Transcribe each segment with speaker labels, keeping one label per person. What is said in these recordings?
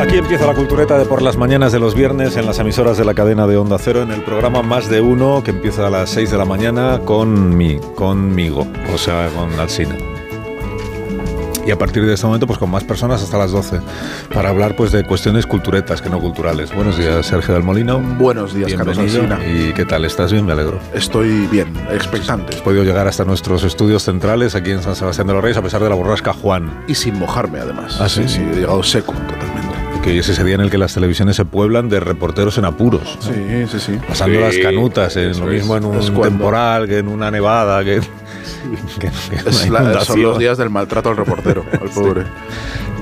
Speaker 1: Aquí empieza la cultureta de por las mañanas de los viernes en las emisoras de la cadena de Onda Cero en el programa Más de Uno que empieza a las 6 de la mañana con mi, conmigo, o sea, con Alsina. Y a partir de este momento, pues con más personas hasta las 12, para hablar pues de cuestiones culturetas que no culturales. Buenos días, Sergio del Molino.
Speaker 2: Buenos días, Carlos
Speaker 1: Bienvenido.
Speaker 2: Alsina.
Speaker 1: ¿Y qué tal? ¿Estás bien? Me alegro.
Speaker 2: Estoy bien, expectante.
Speaker 1: Has podido llegar hasta nuestros estudios centrales aquí en San Sebastián de los Reyes a pesar de la borrasca Juan.
Speaker 2: Y sin mojarme, además.
Speaker 1: Ah, sí.
Speaker 2: Sí, he llegado seco totalmente.
Speaker 1: Que hoy es ese día en el que las televisiones se pueblan de reporteros en apuros.
Speaker 2: Sí, sí, sí.
Speaker 1: pasando
Speaker 3: Sí,
Speaker 1: las canutas, en
Speaker 3: eso
Speaker 1: lo mismo en un
Speaker 2: es cuando-
Speaker 1: temporal que en una nevada, que, que- que en
Speaker 2: Es
Speaker 1: una
Speaker 2: la- son
Speaker 1: inundación.
Speaker 2: los días del maltrato al reportero, al pobre.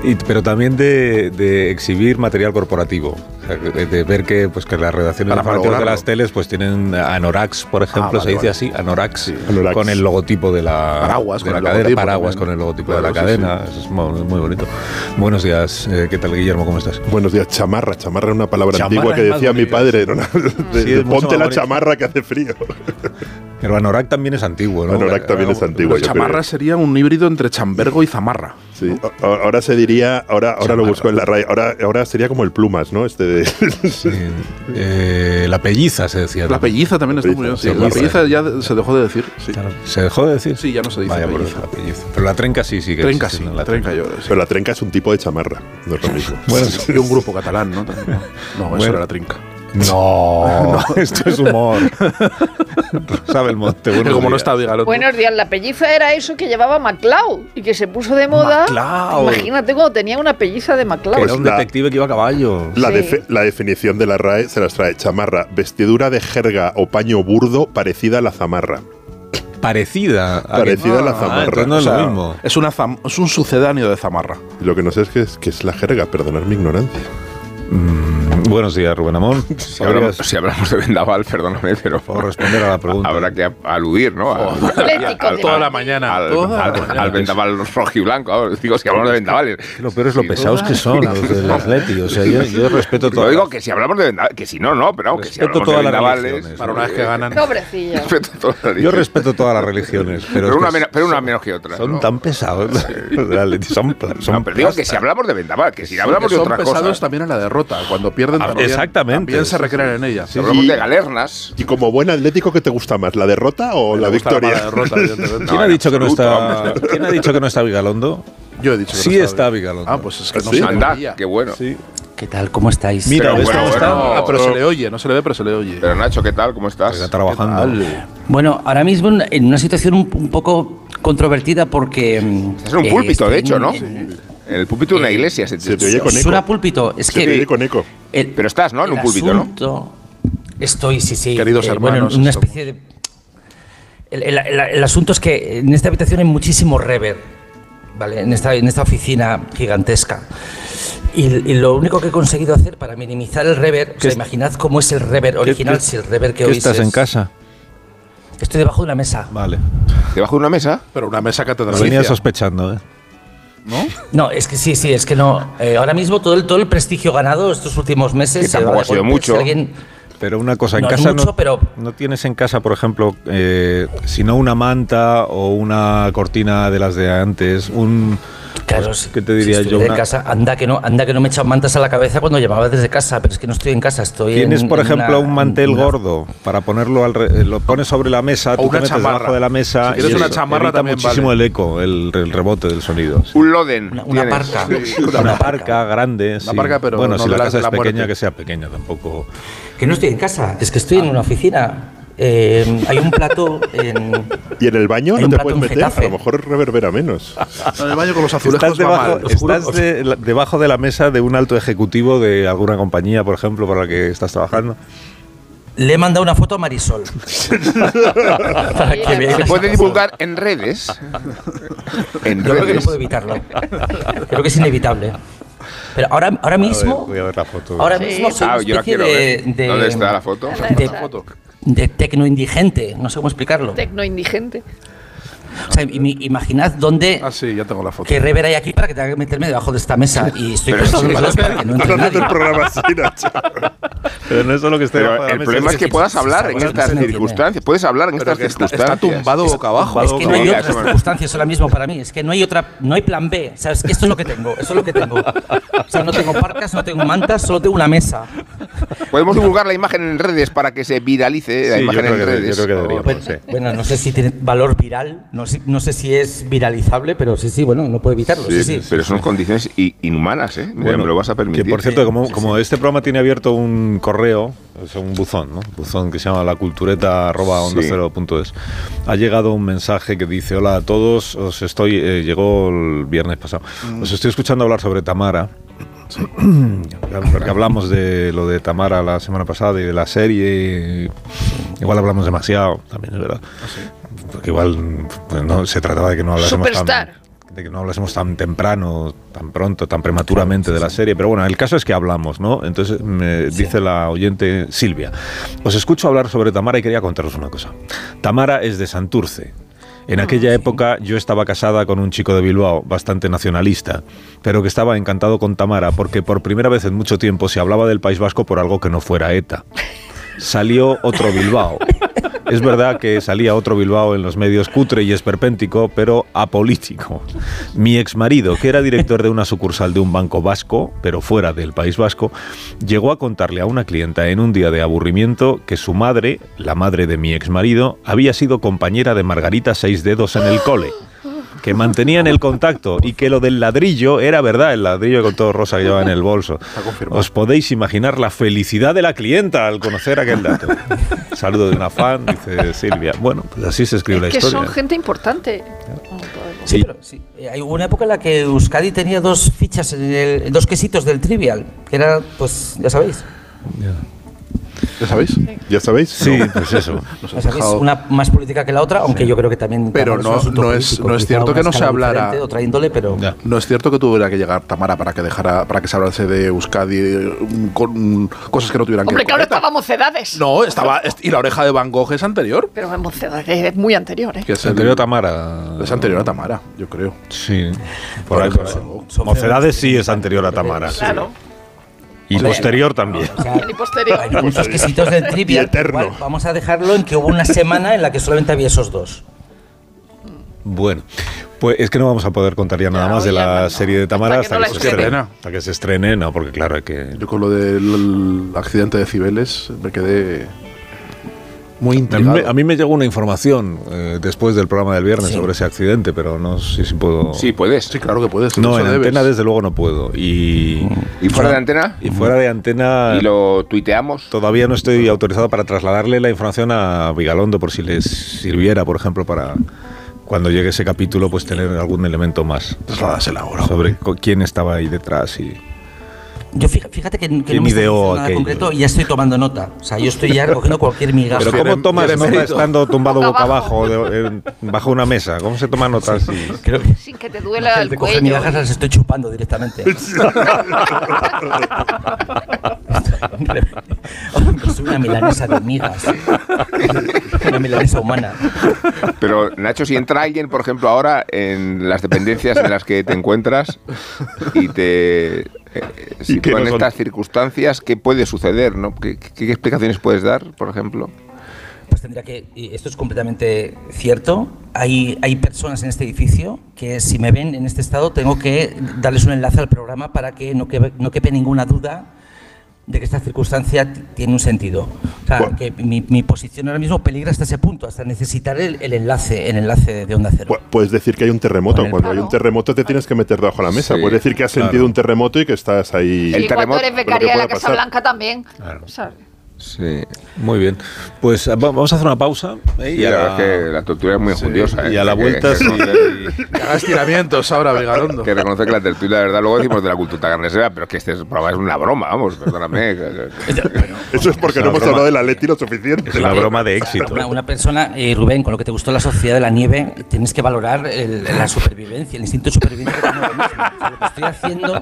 Speaker 1: Y- pero también de, de exhibir material corporativo, O sea, de, de ver que, pues, que las redacciones
Speaker 2: Para
Speaker 1: informativas de
Speaker 2: valorarlo.
Speaker 1: las teles pues tienen anorax, por ejemplo,
Speaker 2: vale,
Speaker 1: se dice
Speaker 2: vale.
Speaker 1: así, anorax,
Speaker 2: Anorax.
Speaker 1: con el logotipo de la,
Speaker 2: Paraguas
Speaker 1: de
Speaker 2: con
Speaker 1: la
Speaker 2: el
Speaker 1: cadena,
Speaker 2: logotipo
Speaker 1: paraguas
Speaker 2: también.
Speaker 1: con el logotipo de la
Speaker 2: Claro, sí,
Speaker 1: cadena, Eso es mo- muy, bonito. Buenos días, eh, ¿qué tal Guillermo? ¿Cómo estás?
Speaker 4: Buenos días, chamarra. Chamarra era una palabra
Speaker 1: Chamarra
Speaker 4: antigua que
Speaker 1: es más
Speaker 4: decía mi
Speaker 1: bonita,
Speaker 4: padre. ¿no? De-
Speaker 1: Sí,
Speaker 4: de
Speaker 1: es mucho
Speaker 4: ponte
Speaker 1: más
Speaker 4: la
Speaker 1: bonita.
Speaker 4: chamarra que hace frío.
Speaker 1: Pero anorax también es antiguo, ¿no? Eh,
Speaker 4: Anorak también es antiguo. yo
Speaker 2: Chamarra sería un híbrido entre chambergo y zamarra.
Speaker 4: creo. Sí. A- Ahora se diría, ahora, ahora lo
Speaker 1: Chamarra.
Speaker 4: busco en la RAI, ahora, ahora sería como el plumas, ¿no? Este de-
Speaker 1: Eh, eh, la pelliza se decía.
Speaker 2: La
Speaker 1: también.
Speaker 2: pelliza también está muy bien. sí. la
Speaker 1: Pelliza.
Speaker 2: pelliza ya se dejó de decir. Sí.
Speaker 1: Claro. ¿Se dejó de decir?
Speaker 2: Sí, ya no se dice
Speaker 1: Vaya, por
Speaker 2: pelliza.
Speaker 1: eso, la pelliza. Pero la trenca sí sigue.
Speaker 2: Trenca sí,
Speaker 1: existiendo, la
Speaker 2: trenca yo. sí.
Speaker 4: Pero la trenca es un tipo de chamarra, no es lo mismo.
Speaker 1: Bueno,
Speaker 2: Y un grupo catalán, ¿no? También. No, eso
Speaker 1: Bueno.
Speaker 2: era la trinca.
Speaker 1: No, esto es humor. Sabe el monte.
Speaker 2: Que
Speaker 1: buenos
Speaker 2: como no
Speaker 1: días.
Speaker 2: está Vigalot.
Speaker 5: Buenos días, la pelliza era eso que llevaba Maclao y que se puso de moda.
Speaker 1: Maclao.
Speaker 5: Imagínate cuando tenía una pelliza de
Speaker 1: Que
Speaker 5: Maclao.
Speaker 1: Era un
Speaker 4: Pues la-
Speaker 1: detective que iba a caballo.
Speaker 4: La,
Speaker 5: Sí.
Speaker 4: defe- la definición de la RAE se las trae chamarra, vestidura de jerga o paño burdo parecida a la zamarra.
Speaker 1: Parecida. a-
Speaker 4: Parecida a la
Speaker 1: Ah,
Speaker 4: zamarra.
Speaker 1: entonces no es
Speaker 4: O
Speaker 1: lo
Speaker 4: sea,
Speaker 1: mismo.
Speaker 2: Es, una zam- es un sucedáneo de zamarra.
Speaker 4: Lo que no sé es que es, que es la jerga, perdonad mi ignorancia.
Speaker 1: Buenos días, Rubén Amón.
Speaker 6: Si hablamos,
Speaker 1: Podrías,
Speaker 6: si hablamos de vendaval, perdóname, pero
Speaker 1: por favor, responder a la pregunta.
Speaker 6: habrá que a- aludir, ¿no? A-
Speaker 5: Atlético de
Speaker 2: Oh. Toda la
Speaker 5: Madrid.
Speaker 2: mañana.
Speaker 6: al,
Speaker 2: toda
Speaker 6: al-
Speaker 2: la mañana.
Speaker 6: al vendaval rojo y blanco. Ahora, digo, si hablamos de vendavales.
Speaker 1: Lo peor es lo
Speaker 6: Sí.
Speaker 1: pesados que son a los del Atleti. O sea, yo, yo respeto todo.
Speaker 6: Lo digo que si hablamos de vendavales, que si no, no, pero vamos, que si
Speaker 1: Respeto
Speaker 6: hablamos de
Speaker 1: todas las
Speaker 6: vendavales.
Speaker 1: religiones.
Speaker 2: Para una vez que ganan.
Speaker 5: Pobrecillo.
Speaker 6: Respeto todas las
Speaker 1: Yo
Speaker 6: religiones.
Speaker 1: respeto todas las religiones. Pero,
Speaker 6: Pero,
Speaker 1: es que
Speaker 6: una, mena- pero una menos que otra.
Speaker 1: Son
Speaker 6: ¿no?
Speaker 1: tan pesados. los del Atleti, Son, pla- son
Speaker 6: No, pero digo que
Speaker 1: plastas.
Speaker 6: si hablamos de vendaval, que si hablamos
Speaker 2: Porque
Speaker 6: de
Speaker 2: son
Speaker 6: otras
Speaker 2: pesados
Speaker 6: cosas.
Speaker 2: también en la derrota. Cuando pierden
Speaker 1: Ah,
Speaker 2: también,
Speaker 1: exactamente.
Speaker 2: también se recrean en ella.
Speaker 6: Si hablamos
Speaker 4: Y-
Speaker 6: de galernas.
Speaker 4: Y como buen atlético, ¿qué te gusta más? ¿La derrota o la
Speaker 2: Me gusta
Speaker 4: victoria?
Speaker 2: mala derrota, evidentemente.
Speaker 1: ¿Quién,
Speaker 6: No,
Speaker 1: ha
Speaker 6: en
Speaker 1: dicho que no
Speaker 6: absoluto,
Speaker 1: está, ¿Quién ha dicho que no está Vigalondo?
Speaker 2: Yo he dicho que
Speaker 1: Sí
Speaker 2: no
Speaker 1: está
Speaker 2: bien.
Speaker 1: Vigalondo.
Speaker 2: Ah, pues es que no
Speaker 4: ¿Sí?
Speaker 2: se
Speaker 6: Anda,
Speaker 2: veía.
Speaker 6: qué bueno.
Speaker 1: Sí.
Speaker 7: ¿Qué tal? ¿Cómo estáis?
Speaker 1: Mira,
Speaker 6: Pero
Speaker 1: ¿ves
Speaker 6: bueno,
Speaker 1: cómo
Speaker 6: bueno.
Speaker 1: está?
Speaker 2: Ah, pero se le oye, no se le ve, pero se le oye.
Speaker 6: Pero Nacho, ¿qué tal? ¿Cómo estás?
Speaker 1: Está trabajando.
Speaker 2: Al-
Speaker 7: Bueno, ahora mismo en- en una situación un, un poco controvertida porque... mm,
Speaker 6: Es un
Speaker 7: eh,
Speaker 6: púlpito, de hecho,
Speaker 7: estoy en-
Speaker 6: ¿no?
Speaker 7: eh,
Speaker 6: En el púlpito de una iglesia. Se,
Speaker 4: Se te oye con eco.
Speaker 7: Suena a púlpito. Es
Speaker 4: Se
Speaker 7: que...
Speaker 4: te oye con eco.
Speaker 7: el-
Speaker 6: Pero estás, ¿no? En
Speaker 7: el
Speaker 6: un púlpito, ¿no?
Speaker 7: asunto- Estoy, sí, sí. eh,
Speaker 2: Queridos
Speaker 7: bueno,
Speaker 2: hermanos,
Speaker 7: en una
Speaker 2: estamos-
Speaker 7: especie de... El, el- el- el asunto es que en esta habitación hay muchísimo rever, ¿vale? En esta, en esta oficina gigantesca. Y, y lo único que he conseguido hacer para minimizar el rever, o sea,
Speaker 1: es-
Speaker 7: imaginad cómo es el rever original,
Speaker 1: qué-
Speaker 7: si el rever que
Speaker 1: ¿Qué
Speaker 7: oís
Speaker 1: estás
Speaker 7: es-
Speaker 1: en casa?
Speaker 7: Estoy debajo de una mesa.
Speaker 1: Vale.
Speaker 6: ¿Debajo de una mesa?
Speaker 2: Pero una mesa
Speaker 1: Lo venía
Speaker 2: catedralicia.
Speaker 1: sospechando, ¿eh?
Speaker 7: No, es que sí, sí, es que no. Eh, ahora mismo todo el, todo el prestigio ganado estos últimos meses.
Speaker 6: Que
Speaker 7: se
Speaker 6: tampoco
Speaker 7: va de
Speaker 6: ha sido
Speaker 7: golpe.
Speaker 6: mucho.
Speaker 7: Si alguien-
Speaker 1: Pero una cosa, en
Speaker 7: No es
Speaker 1: casa no,
Speaker 7: mucho, pero-
Speaker 1: no tienes en casa, por ejemplo, eh, sino una manta o una cortina de las de antes, un...
Speaker 7: claro,
Speaker 1: pues,
Speaker 7: si-
Speaker 1: ¿Qué te diría
Speaker 7: si
Speaker 1: yo?
Speaker 7: estuviera
Speaker 1: Una-
Speaker 7: en casa, anda que no, anda que no me echan mantas a la cabeza cuando llamaba desde casa, pero es que no estoy en casa, estoy.
Speaker 1: Tienes,
Speaker 7: en-
Speaker 1: por
Speaker 7: en
Speaker 1: ejemplo,
Speaker 7: una-
Speaker 1: un mantel
Speaker 7: una-
Speaker 1: gordo para ponerlo al re- eh, lo pones sobre la mesa, tú te
Speaker 2: una
Speaker 1: metes
Speaker 2: chamarra.
Speaker 1: debajo de la mesa
Speaker 2: Si quieres
Speaker 1: y
Speaker 2: una
Speaker 1: eso
Speaker 2: chamarra
Speaker 1: evita
Speaker 2: también
Speaker 1: muchísimo
Speaker 2: vale.
Speaker 1: el eco, el, el rebote del sonido. sí.
Speaker 6: Un loden.
Speaker 7: Una, una
Speaker 6: tienes.
Speaker 7: parca.
Speaker 1: Una, parca grande, sí.
Speaker 2: parca, pero
Speaker 1: bueno,
Speaker 2: no
Speaker 1: si
Speaker 2: de
Speaker 1: la
Speaker 2: la-
Speaker 1: casa
Speaker 2: de la
Speaker 1: es pequeña,
Speaker 2: muerte.
Speaker 1: que sea pequeña tampoco. Ah.
Speaker 7: Que no estoy en casa, es que estoy en una oficina. eh, hay un plato en.
Speaker 4: Y en el baño
Speaker 7: Hay
Speaker 4: no
Speaker 7: un
Speaker 4: te
Speaker 7: plato
Speaker 4: puedes
Speaker 7: en
Speaker 4: meter, a
Speaker 7: Getafe.
Speaker 4: lo mejor reverbera menos.
Speaker 2: Ah, No, en el baño con los
Speaker 1: Estás
Speaker 2: azulejos va
Speaker 1: debajo,
Speaker 2: mal.
Speaker 7: os juro,
Speaker 1: estás
Speaker 7: os-
Speaker 1: de la- debajo de la mesa de un alto ejecutivo de alguna compañía, por ejemplo, para la que estás trabajando.
Speaker 7: Le he mandado una foto a Marisol. Para que vea.
Speaker 6: Se puede divulgar en redes. en
Speaker 7: Yo creo que no
Speaker 6: redes.
Speaker 7: puedo evitarlo. Creo que es inevitable. Pero ahora, ahora
Speaker 1: A ver,
Speaker 7: mismo.
Speaker 1: voy a ver la foto.
Speaker 7: Ahora
Speaker 5: Sí.
Speaker 7: mismo soy
Speaker 6: Ah,
Speaker 7: una
Speaker 6: yo la
Speaker 7: especie
Speaker 6: quiero
Speaker 7: de,
Speaker 6: ver.
Speaker 7: de,
Speaker 6: ¿Dónde está la foto?
Speaker 7: de,
Speaker 2: Foto.
Speaker 7: de tecnoindigente, no sé cómo explicarlo.
Speaker 5: Tecnoindigente.
Speaker 7: O sea, imi- imaginad dónde
Speaker 2: Ah, sí, ya tengo la foto.
Speaker 7: qué rever hay aquí para que tenga que meterme debajo de esta mesa y estoy
Speaker 6: Pero
Speaker 7: con estos
Speaker 6: sí.
Speaker 7: palos para que no entre
Speaker 4: Hablando del
Speaker 7: nadie.
Speaker 4: programa así, Nacho.
Speaker 1: Pero no es solo que esté debajo
Speaker 6: Pero
Speaker 1: de la
Speaker 6: el
Speaker 1: mesa,
Speaker 6: problema es que puedas hablar en
Speaker 7: Bueno,
Speaker 6: estas
Speaker 7: se me entiende.
Speaker 6: circunstancias. Puedes hablar en estas
Speaker 2: está,
Speaker 6: circunstancias.
Speaker 2: está tumbado boca abajo.
Speaker 7: Es que no hay
Speaker 6: Venga,
Speaker 7: otras
Speaker 6: eso me-
Speaker 7: circunstancias ahora mismo para mí. Es que no hay otra, no hay plan B. ¿Sabes? Esto es lo que tengo. Eso es lo que tengo. O sea, no tengo parcas, no tengo mantas, solo tengo una mesa.
Speaker 6: Ah, Podemos divulgar la imagen en redes para que se viralice la
Speaker 1: Sí, yo
Speaker 6: imagen
Speaker 1: creo
Speaker 6: en
Speaker 1: que-
Speaker 6: redes.
Speaker 1: yo creo que deberíamos,
Speaker 6: Bueno,
Speaker 1: sí.
Speaker 7: Bueno, no sé si tiene valor viral, no sé, no sé si es viralizable, pero sí, sí, bueno, no puedo evitarlo. Sí, sí.
Speaker 6: Pero son condiciones i- inhumanas, ¿eh? Mira,
Speaker 1: Bueno,
Speaker 6: me lo vas a permitir.
Speaker 1: Que por cierto, como, como este programa tiene abierto un correo, es un buzón, ¿no? Buzón que se llama la cultureta
Speaker 6: Sí.
Speaker 1: Ha llegado un mensaje que dice: Hola a todos, os estoy. eh, llegó el viernes pasado.
Speaker 6: Mm.
Speaker 1: Os estoy escuchando hablar sobre Tamara. Porque hablamos de lo de Tamara la semana pasada y de la serie. Igual hablamos demasiado, también es verdad.
Speaker 6: Ah,
Speaker 1: Porque igual pues, no, se trataba de que no hablásemos
Speaker 5: Superstar.
Speaker 1: tan de que no hablásemos tan temprano, tan pronto, tan prematuramente de la serie, pero bueno, el caso es que hablamos, ¿no? Entonces me dice la oyente Silvia, os escucho hablar sobre Tamara y quería contaros una cosa. Tamara es de Santurce. En aquella época yo estaba casada con un chico de Bilbao, bastante nacionalista, pero que estaba encantado con Tamara porque por primera vez en mucho tiempo se hablaba del País Vasco por algo que no fuera ETA salió otro Bilbao. Es verdad que salía otro Bilbao en los medios cutre y esperpéntico, pero apolítico. Mi exmarido, que era director de una sucursal de un banco vasco, pero fuera del País Vasco, llegó a contarle a una clienta en un día de aburrimiento que su madre, la madre de mi exmarido, había sido compañera de Margarita Seis Dedos en el cole que mantenían el contacto y que lo del ladrillo era verdad, el ladrillo con todo rosa que llevaba en el bolso. Os podéis imaginar la felicidad de la clienta al conocer aquel dato. Saludo de una fan, dice Silvia. Bueno, pues así se escribe la
Speaker 5: Es que
Speaker 1: historia.
Speaker 5: son gente importante. Oh,
Speaker 7: Sí, pero sí. Eh, Hay una época en la que Euskadi tenía dos fichas, en el- dos quesitos del Trivial, que era, pues, ya sabéis,
Speaker 2: ¿Ya sabéis?
Speaker 4: ¿Ya sabéis?
Speaker 1: Sí, pues eso.
Speaker 2: Nos
Speaker 7: ya
Speaker 2: has
Speaker 7: sabéis,
Speaker 2: dejado-
Speaker 7: una más política que la otra, aunque yo creo que también.
Speaker 2: Pero
Speaker 7: Tamara un
Speaker 2: no-
Speaker 7: asunto
Speaker 2: no es-
Speaker 7: político,
Speaker 2: no es
Speaker 7: quizá
Speaker 2: cierto
Speaker 7: una
Speaker 2: que no se
Speaker 7: escala
Speaker 2: hablara-
Speaker 7: diferente, Otra índole, pero.
Speaker 1: Ya.
Speaker 2: No es cierto que tuviera que llegar Tamara para que dejara, para que se hablase de Euskadi mm, con mm, cosas que no tuvieran
Speaker 5: Hombre,
Speaker 2: que
Speaker 5: claro,
Speaker 2: ver.
Speaker 5: estaba mocedades.
Speaker 2: No, estaba. est- Y la oreja de Van Gogh es anterior.
Speaker 5: Pero mocedades es muy anterior, ¿eh?
Speaker 2: Que es el-
Speaker 1: Anterior Tamara.
Speaker 2: Es anterior a Tamara, yo creo.
Speaker 1: Sí. Por ahí, por ahí.
Speaker 7: Son
Speaker 1: Mocedades
Speaker 7: fenómenos
Speaker 1: sí es anterior a Tamara.
Speaker 5: Claro.
Speaker 1: Y posterior también.
Speaker 7: O sea,
Speaker 5: Y posterior.
Speaker 7: hay muchos quesitos del Trivial.
Speaker 4: eterno.
Speaker 7: igual vamos a dejarlo en que hubo una semana en la que solamente había esos dos.
Speaker 1: Bueno, pues es que no vamos a poder contar ya nada
Speaker 5: No,
Speaker 1: más de
Speaker 5: ya
Speaker 1: la
Speaker 5: no.
Speaker 1: serie de Tamara
Speaker 5: Hasta
Speaker 1: hasta
Speaker 5: que
Speaker 1: que,
Speaker 5: no
Speaker 1: se
Speaker 5: la
Speaker 2: estrenen.
Speaker 1: estrene. Hasta que se estrene, no, porque claro, hay que.
Speaker 2: Yo con lo del accidente de Cibeles me quedé muy
Speaker 1: A mí,
Speaker 2: intrigado.
Speaker 1: me, a mí me llegó una información eh, después del programa del viernes
Speaker 7: Sí.
Speaker 1: sobre ese accidente, pero no sé si puedo.
Speaker 6: Sí, puedes.
Speaker 2: Sí, claro que puedes.
Speaker 1: no, en
Speaker 2: eso debes.
Speaker 1: antena desde luego no puedo. Y,
Speaker 6: ¿Y fuera de antena?
Speaker 1: y fuera de antena
Speaker 6: ¿Y lo tuiteamos?
Speaker 1: todavía no estoy autorizado para trasladarle la información a Vigalondo por si les sirviera, por ejemplo, para cuando llegue ese capítulo, pues tener algún elemento más.
Speaker 2: Trasládasela ahora.
Speaker 1: Sobre co- quién estaba ahí detrás y.
Speaker 7: Yo fija- fíjate que, que no
Speaker 1: ¿Quién
Speaker 7: me está
Speaker 1: ideó
Speaker 7: diciendo nada
Speaker 1: aquello?
Speaker 7: concreto y ya estoy tomando nota. O sea, yo estoy ya recogiendo cualquier migaja.
Speaker 1: Pero ¿cómo
Speaker 2: tiene-
Speaker 1: tomas
Speaker 2: tiene
Speaker 1: nota
Speaker 2: mérito.
Speaker 1: estando tumbado
Speaker 5: Boca
Speaker 1: boca
Speaker 5: abajo.
Speaker 1: abajo, de- en- bajo una mesa? ¿Cómo se toma nota así?
Speaker 7: Creo que
Speaker 5: Sin que te duela el
Speaker 7: recoger
Speaker 5: cuello.
Speaker 7: migajas las estoy chupando directamente. Me sube una milanesa de migas. Una milanesa humana.
Speaker 6: Pero, Nacho, si entra alguien, por ejemplo, ahora en las dependencias en las que te encuentras y te. eh, eh,
Speaker 4: Y que
Speaker 6: sitúa en
Speaker 4: no son-
Speaker 6: estas circunstancias, ¿qué puede suceder? ¿no? ¿Qué, qué- qué explicaciones puedes dar, por ejemplo?
Speaker 7: Pues tendría que. y Esto es completamente cierto. Hay, hay personas en este edificio que, si me ven en este estado, tengo que darles un enlace al programa para que no quepe, no quepe ninguna duda de que esta circunstancia t- tiene un sentido. O sea,
Speaker 4: Bueno.
Speaker 7: que mi, mi posición ahora mismo peligra hasta ese punto, hasta necesitar el, el enlace el enlace de Onda Cero.
Speaker 4: Pu- Puedes decir que hay un terremoto.
Speaker 7: Con el-
Speaker 4: Cuando hay un
Speaker 5: Claro.
Speaker 4: terremoto te tienes que meter debajo de la mesa.
Speaker 6: Sí,
Speaker 4: Puedes decir que has sentido un terremoto y que estás ahí.
Speaker 6: El
Speaker 5: y cuando
Speaker 6: terremoto,
Speaker 5: eres
Speaker 4: lo que
Speaker 5: becaria de la
Speaker 4: pueda
Speaker 5: Casa
Speaker 4: pasar.
Speaker 5: Blanca también. ¿sabes?
Speaker 6: Sí.
Speaker 1: Muy bien. Pues va- vamos a hacer una pausa. ¿eh?
Speaker 6: Sí,
Speaker 1: Y a
Speaker 6: la
Speaker 1: la-
Speaker 6: verdad es que la tortura es muy
Speaker 1: Sí,
Speaker 6: jundiosa. eh,
Speaker 1: y a la vuelta sí.
Speaker 2: Que haga estiramientos ahora, Vigalondo.
Speaker 6: Que reconoce que la tertulia, la verdad, luego decimos de la cultura carnesera, pero es que este programa es una broma, vamos, perdóname.
Speaker 4: Eso es porque
Speaker 1: Es una
Speaker 4: no hemos
Speaker 1: broma.
Speaker 4: hablado del Atleti lo suficiente.
Speaker 1: Es una broma de éxito.
Speaker 7: Una, una persona, eh, Rubén, con lo que te gustó la sociedad de la nieve, tienes que valorar el- la supervivencia, el instinto de supervivencia que tengo yo mismo. O sea, lo que estoy haciendo,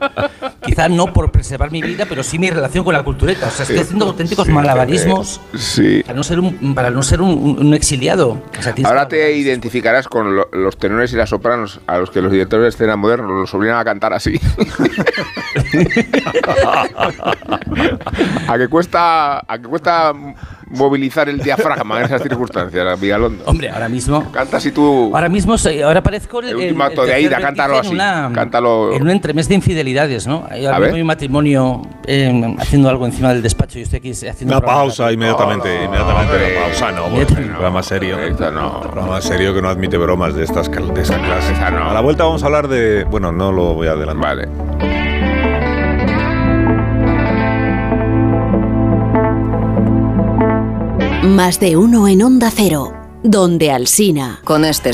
Speaker 7: quizás no por preservar mi vida, pero sí mi relación con la cultureta. O sea, estoy haciendo auténticos
Speaker 6: Sí,
Speaker 7: malabarismos
Speaker 6: eh, Sí.
Speaker 7: para no ser un, para no ser un, un exiliado. O sea, tienes
Speaker 6: Ahora
Speaker 7: que
Speaker 6: te
Speaker 7: valorar.
Speaker 6: identificarás con lo- los tenores y las sopranos a los que los directores de escena modernos los obligan a cantar así. a que cuesta a que cuesta movilizar el diafragma en esas circunstancias, Vigalondo.
Speaker 7: Hombre, ahora mismo.
Speaker 6: Canta si tú
Speaker 7: Ahora mismo, soy- ahora parezco el,
Speaker 6: El último acto de
Speaker 7: tercer
Speaker 6: Aida, cántalo
Speaker 7: vertigen
Speaker 6: así, cántalo.
Speaker 7: En un entremés de infidelidades, ¿no? Ahora
Speaker 6: A
Speaker 7: mismo
Speaker 6: ver.
Speaker 7: hay un matrimonio eh, haciendo algo encima del despacho y estoy aquí haciendo.
Speaker 1: Una
Speaker 7: un programa.
Speaker 1: pausa inmediatamente, inmediatamente
Speaker 6: hombre.
Speaker 1: una pausa, no, porque
Speaker 7: Inmediatamente.
Speaker 1: es un programa serio.
Speaker 6: Esta no.
Speaker 1: Un programa serio que no admite bromas de estas cal- de esta clase.
Speaker 6: Esta no.
Speaker 1: A la vuelta vamos a hablar de, bueno, no lo voy a adelantar.
Speaker 6: Vale.
Speaker 8: Más de uno en Onda Cero, donde Alsina.
Speaker 9: Con este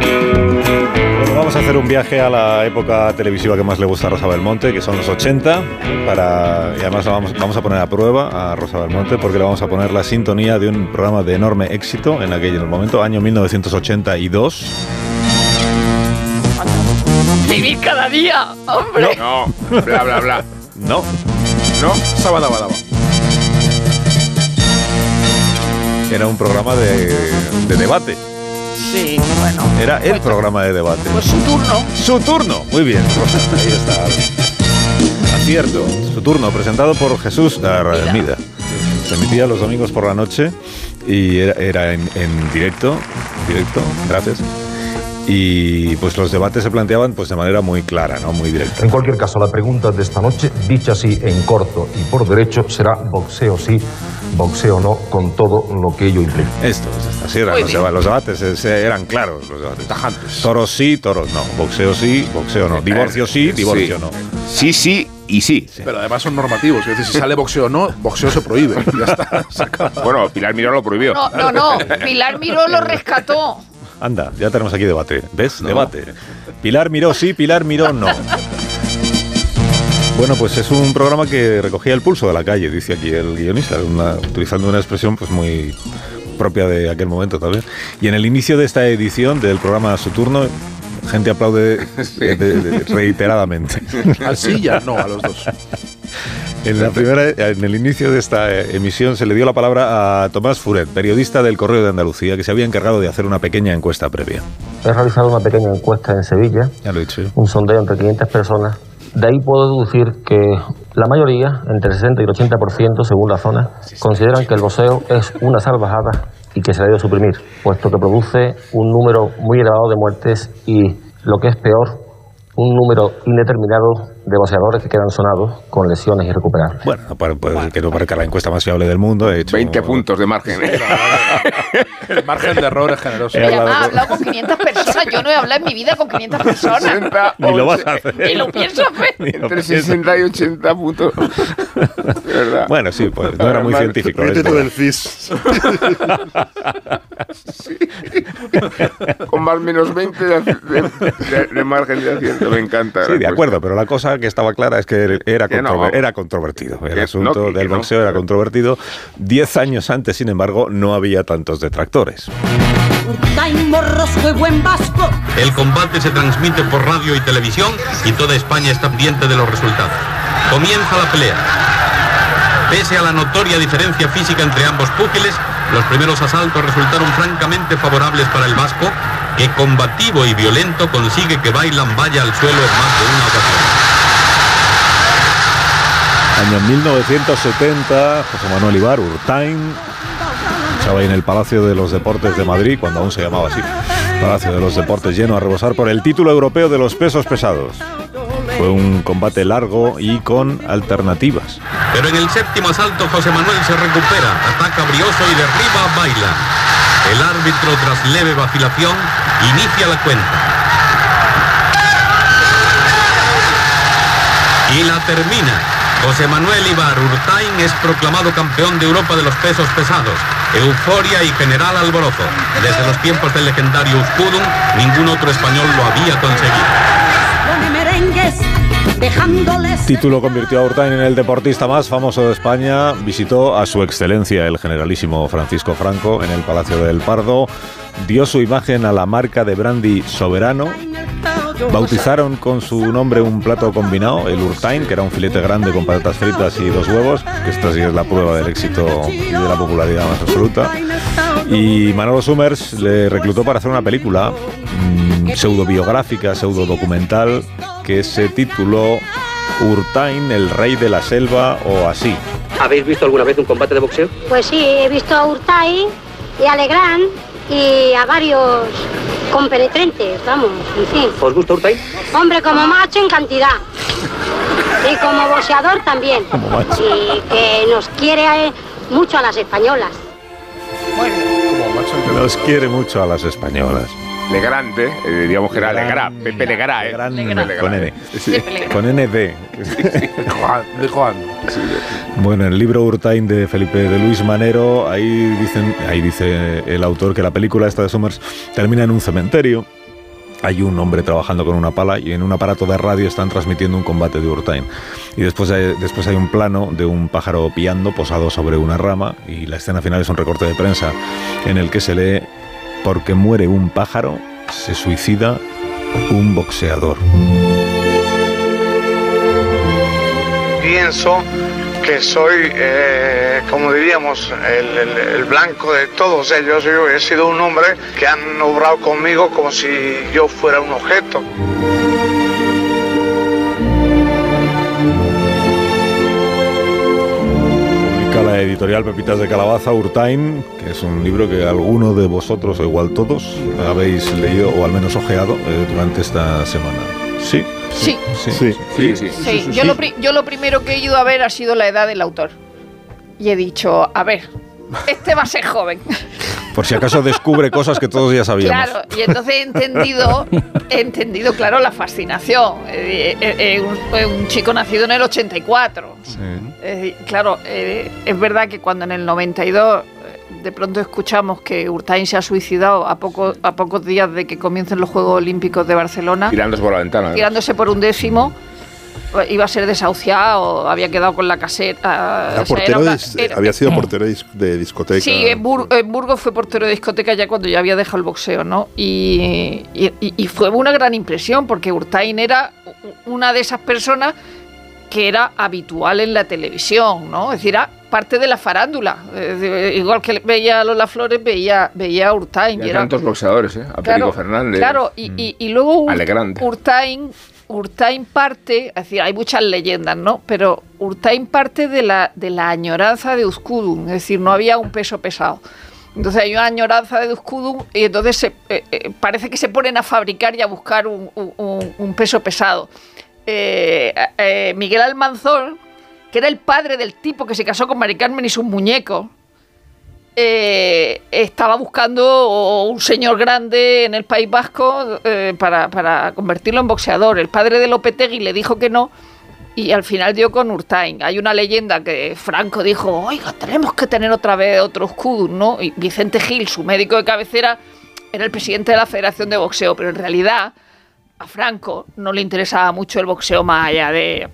Speaker 1: Bueno, vamos a hacer un viaje a la época televisiva que más le gusta a Rosa Belmonte, que son los 80, para, y además la vamos, vamos a poner a prueba a Rosa Belmonte porque le vamos a poner la sintonía de un programa de enorme éxito en aquel momento, año 1982.
Speaker 5: Vivir cada día, hombre.
Speaker 6: No, bla bla bla.
Speaker 1: No,
Speaker 6: No, sábado, sábado.
Speaker 1: era un programa de, de debate,
Speaker 5: Sí, bueno.
Speaker 1: era el programa de debate.
Speaker 5: Pues su turno.
Speaker 1: Su turno. Muy bien. Ahí está. Acierto. Su turno, presentado por Jesús Armida. Se emitía los domingos por la noche y era, era en, en directo. Directo, gracias. Y pues los debates se planteaban pues de manera muy clara, ¿no? Muy directa.
Speaker 10: En cualquier caso, la pregunta de esta noche, dicha así en corto y por derecho, será boxeo sí, boxeo no, con todo lo que ello implica.
Speaker 1: Esto, es esto, así eran
Speaker 5: Muy
Speaker 1: los,
Speaker 5: bien.
Speaker 1: deba- los debates, es- eran claros los debates.
Speaker 6: Tajantes.
Speaker 1: Toros sí, toros no. Boxeo sí, boxeo no. Divorcio sí, divorcio
Speaker 6: Sí.
Speaker 1: no.
Speaker 6: Sí, sí y sí.
Speaker 2: Pero además son normativos. Es decir, si sale boxeo o no, boxeo se prohíbe. Ya está. se acaba.
Speaker 6: Bueno, Pilar Miró lo prohibió.
Speaker 5: No, no, no. Pilar Miró lo rescató.
Speaker 1: Anda, ya tenemos aquí debate. ¿Ves? Debate. Pilar miró sí, Pilar miró no. Bueno, pues es un programa que recogía el pulso de la calle, dice aquí el guionista, una- utilizando una expresión pues muy propia de aquel momento también. Y en el inicio de esta edición del programa Su Turno, gente aplaude eh, de- de- reiteradamente.
Speaker 2: Al sí y al no, a los dos.
Speaker 1: En, la primera, en el inicio de esta eh, emisión se le dio la palabra a Tomás Furet, periodista del Correo de Andalucía, que se había encargado de hacer una pequeña encuesta previa.
Speaker 10: He realizado una pequeña encuesta en Sevilla,
Speaker 1: Ya lo he dicho yo.
Speaker 10: un sondeo entre 500 personas. De ahí puedo deducir que la mayoría, entre el 60 y el 80% según la zona, consideran que el boxeo es una salvajada y que se debe suprimir, puesto que produce un número muy elevado de muertes y, lo que es peor, un número indeterminado de boxeadores que quedan sonados con lesiones irrecuperables.
Speaker 1: Bueno, no para- puede ser que no parezca la encuesta más fiable del mundo. He hecho,
Speaker 6: 20 puntos de margen. ¿eh?
Speaker 2: El margen de error es
Speaker 4: Este
Speaker 2: generoso.
Speaker 1: He
Speaker 5: Y además
Speaker 1: hablado
Speaker 5: ha hablado con 500 personas. Yo no he hablado en mi vida con 500 personas.
Speaker 6: 60,
Speaker 1: Ni lo vas a
Speaker 6: 11,
Speaker 1: hacer.
Speaker 5: Y lo pienso hacer.
Speaker 1: Ni lo
Speaker 6: Entre
Speaker 1: pienso.
Speaker 6: 60 y 80 puntos. De verdad.
Speaker 1: Bueno, sí, pues no era muy
Speaker 4: Además,
Speaker 1: científico.
Speaker 4: ríete
Speaker 1: es
Speaker 4: tú
Speaker 1: verdad.
Speaker 4: del CIS.
Speaker 6: Con más menos 20 de, de- de margen de acierto. Me encanta. pues,
Speaker 1: Sí, de acuerdo, pero la cosa que estaba clara es que era,
Speaker 6: Que no.
Speaker 1: controver- era controvertido. El
Speaker 6: Que-
Speaker 1: asunto
Speaker 6: no, que-
Speaker 1: del
Speaker 6: que no.
Speaker 1: boxeo era controvertido. Diez años antes, sin embargo, no había tantos detractores.
Speaker 10: El combate se transmite por radio y televisión y toda España está pendiente de los resultados. Comienza la pelea. Pese a la notoria diferencia física entre ambos púgiles, los primeros asaltos resultaron francamente favorables para el vasco,
Speaker 9: que combativo y violento consigue que Bailan vaya al suelo en más de una ocasión.
Speaker 1: Año 1970, José Manuel Ibar, Urtain, estaba ahí en el Palacio de los Deportes de Madrid, cuando aún se llamaba así, Palacio de los Deportes lleno a rebosar por el título europeo de los pesos pesados. Fue un combate largo y con alternativas.
Speaker 9: Pero en el séptimo asalto José Manuel se recupera, ataca brioso y derriba a Bailan. El árbitro tras leve vacilación inicia la cuenta. Y la termina. José Manuel Ibar Urtain es proclamado campeón de Europa de los pesos pesados. Euforia y general alborozo. Desde los tiempos del legendario Uzkudun, ningún otro español lo había conseguido.
Speaker 8: dejándoles
Speaker 1: Título convirtió a Urtain en el deportista más famoso de España. Visitó a su excelencia el generalísimo Francisco Franco en el Palacio del Pardo. Dio su imagen a la marca de brandy soberano. Bautizaron con su nombre un plato combinado, el Urtain, que era un filete grande con patatas fritas y dos huevos, que esta sí es la prueba del éxito y de la popularidad más absoluta. Y Manolo Summers le reclutó para hacer una película mm, pseudobiográfica, pseudodocumental, que se tituló Urtain, el rey de la selva o así.
Speaker 11: ¿Habéis visto alguna vez un combate de boxeo?
Speaker 12: Pues sí, he visto a Urtay y a Legrand y a varios compenetrantes, vamos, en fin.
Speaker 11: ¿Os gusta Urtay?
Speaker 12: Hombre, como macho en cantidad. Y como boxeador también.
Speaker 1: macho.
Speaker 12: Y que nos quiere eh, mucho a las españolas.
Speaker 1: Los quiere mucho a las españolas.
Speaker 6: Legrand, ¿eh? Eh, digamos que era Legrand, Pepe Legrand, ¿eh? Legrand.
Speaker 1: Con N.
Speaker 6: Sí.
Speaker 1: Con ND.
Speaker 2: De Juan.
Speaker 1: Bueno, en el libro Urtain de Felipe de Luis Manero, ahí, dicen, ahí dice el autor que la película esta de Summers termina en un cementerio. Hay un hombre trabajando con una pala y en un aparato de radio están transmitiendo un combate de Urtain. Y después hay, después hay un plano de un pájaro piando posado sobre una rama y la escena final es un recorte de prensa en el que se lee porque muere un pájaro, se suicida un boxeador.
Speaker 13: pienso que soy, eh, como diríamos, el, el- el blanco de todos ellos. Yo he sido un hombre que han obrado conmigo como si yo fuera un objeto.
Speaker 1: Publica la editorial Pepitas de Calabaza, Urtain, que es un libro que alguno de vosotros, o igual todos, habéis leído o al menos ojeado eh, durante esta semana. Sí.
Speaker 5: Sí.
Speaker 1: Sí. Sí.
Speaker 5: Sí, yo, Lo pri- yo lo primero que he ido a ver ha sido la edad del autor. Y he dicho, a ver, este va a ser joven.
Speaker 1: Por si acaso descubre cosas que todos ya sabíamos.
Speaker 5: Claro, y entonces he entendido, he entendido, claro, la fascinación. Eh, eh, eh, un, eh, un chico nacido en el 84. Eh, claro, eh, es verdad que cuando en el 92 eh, de pronto escuchamos que Urtain se ha suicidado a, poco, a pocos días de que comiencen los Juegos Olímpicos de Barcelona,
Speaker 6: Tirándose por la ventana.
Speaker 5: tirándose por un décimo, eh, iba a ser desahuciado, había quedado con la caseta.
Speaker 4: Era
Speaker 5: o sea, era
Speaker 4: portero
Speaker 5: una-
Speaker 4: de-
Speaker 5: era-
Speaker 4: había sido portero de, dis- de discoteca.
Speaker 5: Sí, en, Bur- en Burgos fue portero de discoteca ya cuando ya había dejado el boxeo, ¿no? Y, y- y- y fue una gran impresión porque Urtain era u- una de esas personas que era habitual en la televisión, ¿no? Es decir, era parte de la farándula. Eh, de- igual que veía a Lola Flores, veía, veía a Urtain.
Speaker 6: Y
Speaker 5: y
Speaker 6: hay
Speaker 5: era-
Speaker 6: tantos boxeadores, ¿eh? A Perico Fernández. mm,
Speaker 5: Claro, y, y- y luego Ur-
Speaker 6: Ale Grande.
Speaker 5: Urtain, Urtain parte, es decir, hay muchas leyendas, ¿no? Pero Urtain parte de la, de la añoranza de Euskudun, es decir, no había un peso pesado. Entonces hay una añoranza de Euskudun y entonces se- eh, eh, parece que se ponen a fabricar y a buscar un, un- un- un peso pesado. Eh, eh, Miguel Almanzor, que era el padre del tipo que se casó con Mari Carmen y sus muñecos, eh, estaba buscando un señor grande en el País Vasco eh, para, para convertirlo en boxeador. El padre de Lopetegui le dijo que no y al final dio con Urtain. Hay una leyenda que Franco dijo, oiga, tenemos que tener otra vez otro escudo, ¿no? Y Vicente Gil, su médico de cabecera, era el presidente de la Federación de Boxeo, pero en realidad a Franco no le interesaba mucho el boxeo más allá de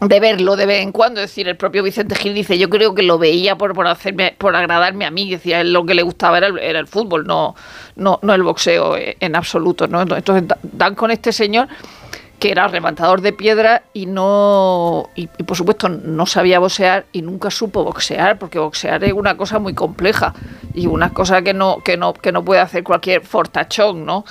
Speaker 5: de verlo de vez en cuando. Es decir, el propio Vicente Gil dice, yo creo que lo veía por, por, hacerme, por agradarme a mí. Decía, él lo que le gustaba era el, era el fútbol, no, no, no el boxeo eh, en absoluto. ¿no? Entonces da- dan con este señor que era rematador de piedra y no y, y, por supuesto no sabía boxear y nunca supo boxear porque boxear es una cosa muy compleja y una cosa que no que no que no puede hacer cualquier fortachón, ¿no?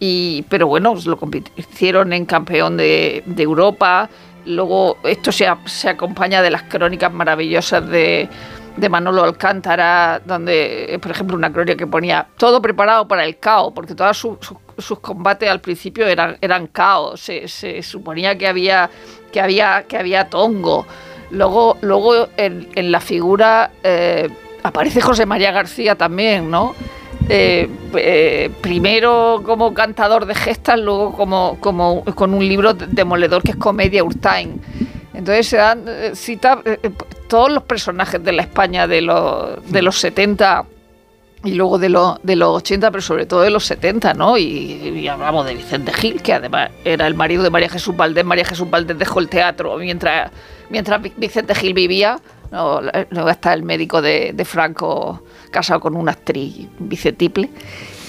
Speaker 5: Y pero bueno, lo compitieron en campeón de, de Europa. Luego esto se, se acompaña de las crónicas maravillosas de de Manolo Alcántara, donde, por ejemplo, una gloria que ponía todo preparado para el caos, porque todos su, su, sus combates al principio eran, eran caos, se, se, suponía que había, que había, que había tongo. Luego, luego en, en la figura eh, aparece José María García también, ¿no? Eh, eh, primero como cantador de gestas, luego como, como con un libro demoledor que es Comedia Urtain. Entonces se dan eh, cita eh, todos los personajes de la España de los, de los 70 y luego de, los de los 80, pero sobre todo de los 70, ¿no? Y, y, hablamos de Vicente Gil, que además era el marido de María Jesús Valdés. María Jesús Valdés dejó el teatro mientras, mientras Vicente Gil vivía. No, luego está el médico de, de Franco casado con una actriz, Vicentiple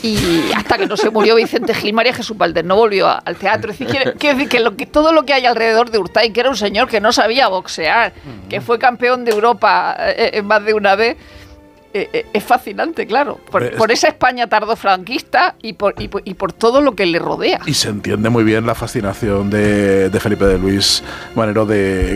Speaker 5: y hasta que no se murió Vicente Gil, María Jesús Valdés no volvió a, al teatro. Es decir, quiere, quiere decir que, lo que, todo lo que hay alrededor de Urtain, que era un señor que no sabía boxear, uh -huh. que fue campeón de Europa eh, eh, más de una vez, eh, es fascinante, claro, por, es... por, esa España tardofranquista y por, y, por, y por todo lo que le rodea.
Speaker 2: Y se entiende muy bien la fascinación de, de Felipe de Luis Manero, de,